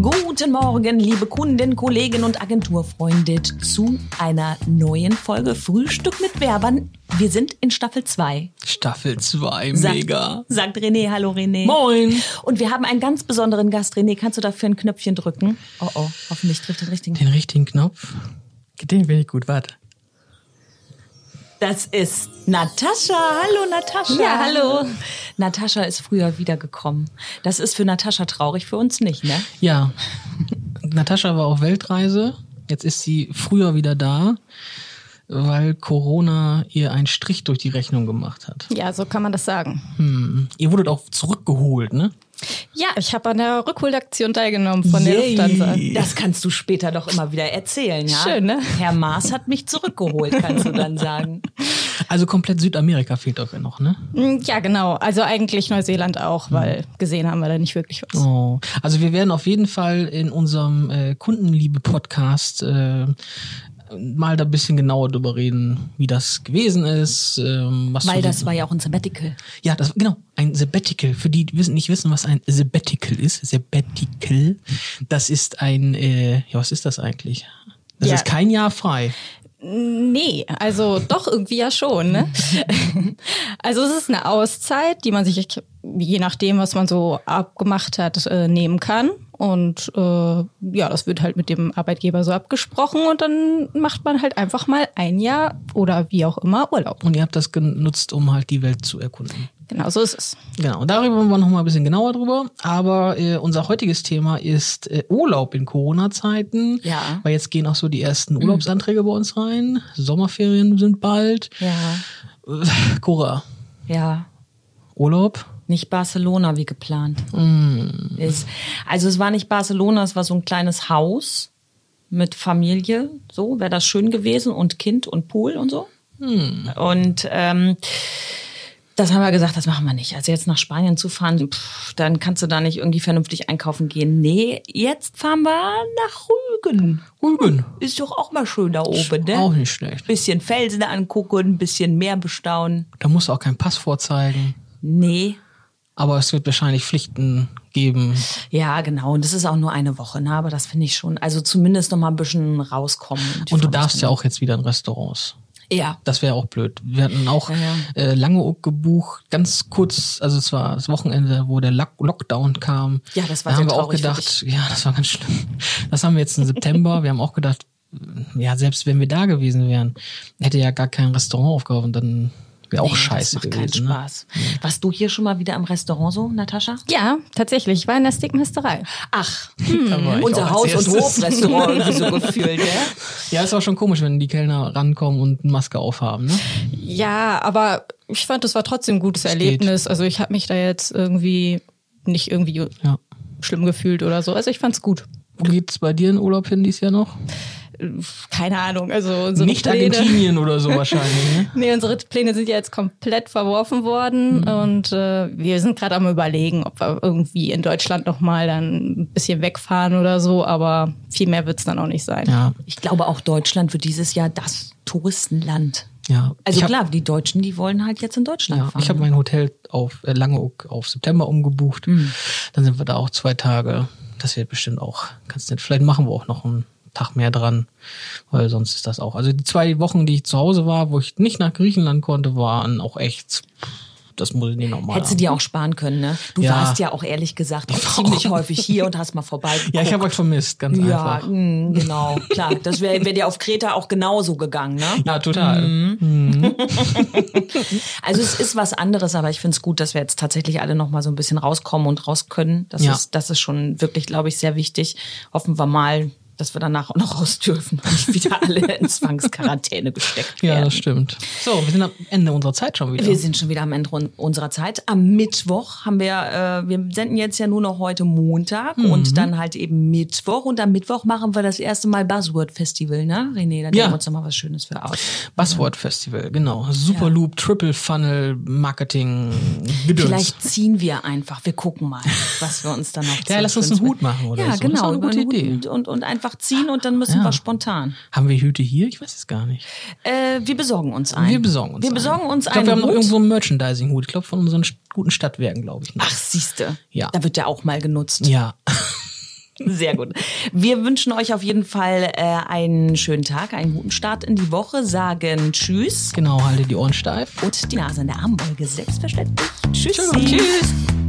Guten Morgen, liebe Kunden, Kollegen und Agenturfreunde, zu einer neuen Folge Frühstück mit Werbern. Wir sind in Staffel 2. Staffel 2, Sagt- mega. Sagt René, hallo René. Moin. Und wir haben einen ganz besonderen Gast. René, kannst du dafür ein Knöpfchen drücken? Oh oh, hoffentlich trifft den richtigen. Den richtigen Knopf. Den bin ich gut, warte. Das ist Natascha. Hallo Natascha. Ja, hallo. Natascha ist früher wiedergekommen. Das ist für Natascha traurig, für uns nicht, ne? Ja, Natascha war auf Weltreise. Jetzt ist sie früher wieder da, weil Corona ihr einen Strich durch die Rechnung gemacht hat. Ja, so kann man das sagen. Hm. Ihr wurdet auch zurückgeholt, ne? Ja, ich habe an der Rückholaktion teilgenommen von der Yay. Lufthansa. Das kannst du später doch immer wieder erzählen, ja? Schön, ne? Herr Maas hat mich zurückgeholt, kannst du dann sagen. Also komplett Südamerika fehlt euch ja noch, ne? Mm, Ja, genau. Also eigentlich Neuseeland auch, weil gesehen haben wir da nicht wirklich was. Hm. Oh. Also wir werden auf jeden Fall in unserem äh, Kundenliebe-Podcast äh, mal da ein bisschen genauer drüber reden, wie das gewesen ist. Ähm, was Weil so- das war ja auch ein Sabbatical. Ja, das genau, ein Sabbatical. Für die, die wissen, nicht wissen, was ein Sabbatical ist. Sabbatical, das ist ein, äh, ja, was ist das eigentlich? Das Ja. ist kein Jahr frei. Nee, also doch irgendwie ja schon. Ne? also es ist eine Auszeit, die man sich je nachdem, was man so abgemacht hat, äh, nehmen kann. Und äh, ja, das wird halt mit dem Arbeitgeber so abgesprochen und dann macht man halt einfach mal ein Jahr oder wie auch immer Urlaub. Und ihr habt das genutzt, um halt die Welt zu erkunden. Genau so ist es. Genau, und darüber wollen wir noch mal ein bisschen genauer drüber. Aber äh, unser heutiges Thema ist äh, Urlaub in Corona-Zeiten. Ja. Mhm. Weil jetzt gehen auch so die ersten Urlaubsanträge bei uns rein. Sommerferien sind bald. Ja. Äh, Cora, Ja. Urlaub? Nicht Barcelona wie geplant. Mm. Ist, also es war nicht Barcelona, es war so ein kleines Haus mit Familie. So wäre das schön gewesen und Kind und Pool und so. Mm. Und ähm, das haben wir gesagt, das machen wir nicht. Also jetzt nach Spanien zu fahren, pff, dann kannst du da nicht irgendwie vernünftig einkaufen gehen. Nee, jetzt fahren wir nach Rügen. Rügen. Ist doch auch mal schön da oben, ne? Auch nicht schlecht. Bisschen Felsen angucken, bisschen Meer bestaunen. Da musst du auch keinen Pass vorzeigen. Nee, Aber es wird wahrscheinlich Pflichten geben. Ja, genau. Und das ist auch nur eine Woche, ne? aber das finde ich schon. Also zumindest noch mal ein bisschen rauskommen. Und du darfst ja auch jetzt wieder in Restaurants. Ja. Das wäre auch blöd. Wir hatten auch Ja, ja. äh, Langeoog gebucht, ganz kurz, also es war das Wochenende, wo der Lock Lockdown kam. Ja, das war Da sehr haben wir auch traurig für gedacht, ja, das war ganz schlimm. Das haben wir jetzt im September. wir haben auch gedacht, ja, selbst wenn wir da gewesen wären, hätte ja gar kein Restaurant aufgehoben, dann wäre auch Nee, scheiße Das macht gewesen. ne? keinen Spaß. Warst du hier schon mal wieder im Restaurant so, Natascha? Ja, tatsächlich. Ich war in der Stickmisterei. Ach, Ne? Da war ich Hm. Mhm. unser auch Haus- als und erstes. Hofrestaurant irgendwie so gefühlt, ja? Ja, ist auch schon komisch, wenn die Kellner rankommen und eine Maske aufhaben. Ne? Ja, aber ich fand, das war trotzdem ein gutes geht. Erlebnis. Also ich habe mich da jetzt irgendwie nicht irgendwie Ja. schlimm gefühlt oder so. Also ich fand's gut. Wo geht's bei dir in Urlaub hin dieses Jahr noch? Keine Ahnung. Also unsere Nicht Pläne, Argentinien oder so wahrscheinlich, ne? nee, unsere Pläne sind ja jetzt komplett verworfen worden Mhm. und äh, wir sind gerade am überlegen, ob wir irgendwie in Deutschland noch mal dann ein bisschen wegfahren oder so. Aber viel mehr wird's dann auch nicht sein. Ja, Ich glaube, auch Deutschland wird dieses Jahr das Touristenland. ja. Also ich hab, klar, die Deutschen, die wollen halt jetzt in Deutschland Ja, fahren. ich habe mein Hotel auf äh, Langeoog auf September umgebucht. Dann sind wir da auch zwei Tage. Das wird bestimmt auch ganz nett. Vielleicht machen wir auch noch einen Tag mehr dran, weil sonst ist das auch. Also die zwei Wochen, die ich zu Hause war, wo ich nicht nach Griechenland konnte, waren auch echt. Das muss ich nicht nochmal. Hättest du dir auch sparen können, ne? Du Ja. warst ja auch ehrlich gesagt auch ziemlich häufig hier und hast mal vorbeigeguckt. ja, ich habe euch vermisst, ganz Ja, einfach. mh, genau, klar. Das wäre wär dir auf Kreta auch genauso gegangen, ne? Ja, total. Also es ist was anderes, aber ich finde es gut, dass wir jetzt tatsächlich alle noch mal so ein bisschen rauskommen und raus können. Das, Ja. ist, das ist schon wirklich, glaube ich, sehr wichtig. Hoffen wir mal, dass wir danach auch noch raus dürfen und nicht wieder alle in Zwangsquarantäne gesteckt Ja, werden. das stimmt. So, wir sind am Ende unserer Zeit schon wieder. wir sind schon wieder am Ende un- unserer Zeit. Am Mittwoch haben wir, äh, wir senden jetzt ja nur noch heute Montag Mhm. und dann halt eben Mittwoch. Und am Mittwoch machen wir das erste Mal Buzzword Festival, ne? René, da denken Ja. wir uns noch mal was Schönes für aus. Buzzword Festival, genau. Superloop, Triple Funnel, Marketing, Gedöns. Vielleicht ziehen wir einfach, wir gucken mal, was wir uns dann noch Ja, lass uns einen Schönes Hut machen oder Ja, so. Das ist genau. doch eine über gute einen Hut Idee. Und, und, und einfach ziehen und dann müssen Ja. wir spontan. Haben wir Hüte hier? Ich weiß es gar nicht. Äh, wir besorgen uns einen. Wir besorgen uns Wir besorgen einen. uns Ich glaube, wir einen haben Hut. noch irgendwo einen Merchandising-Hut. Ich glaube, von unseren st- guten Stadtwerken, glaube ich. ne? Ach, siehste. Ja. Da wird der auch mal genutzt. Ja. Sehr gut. Wir wünschen euch auf jeden Fall äh, einen schönen Tag, einen guten Start in die Woche, sagen Tschüss Genau, halte die Ohren steif. und die Nase in der Armbeuge, selbstverständlich. Tschüss. Tschüss.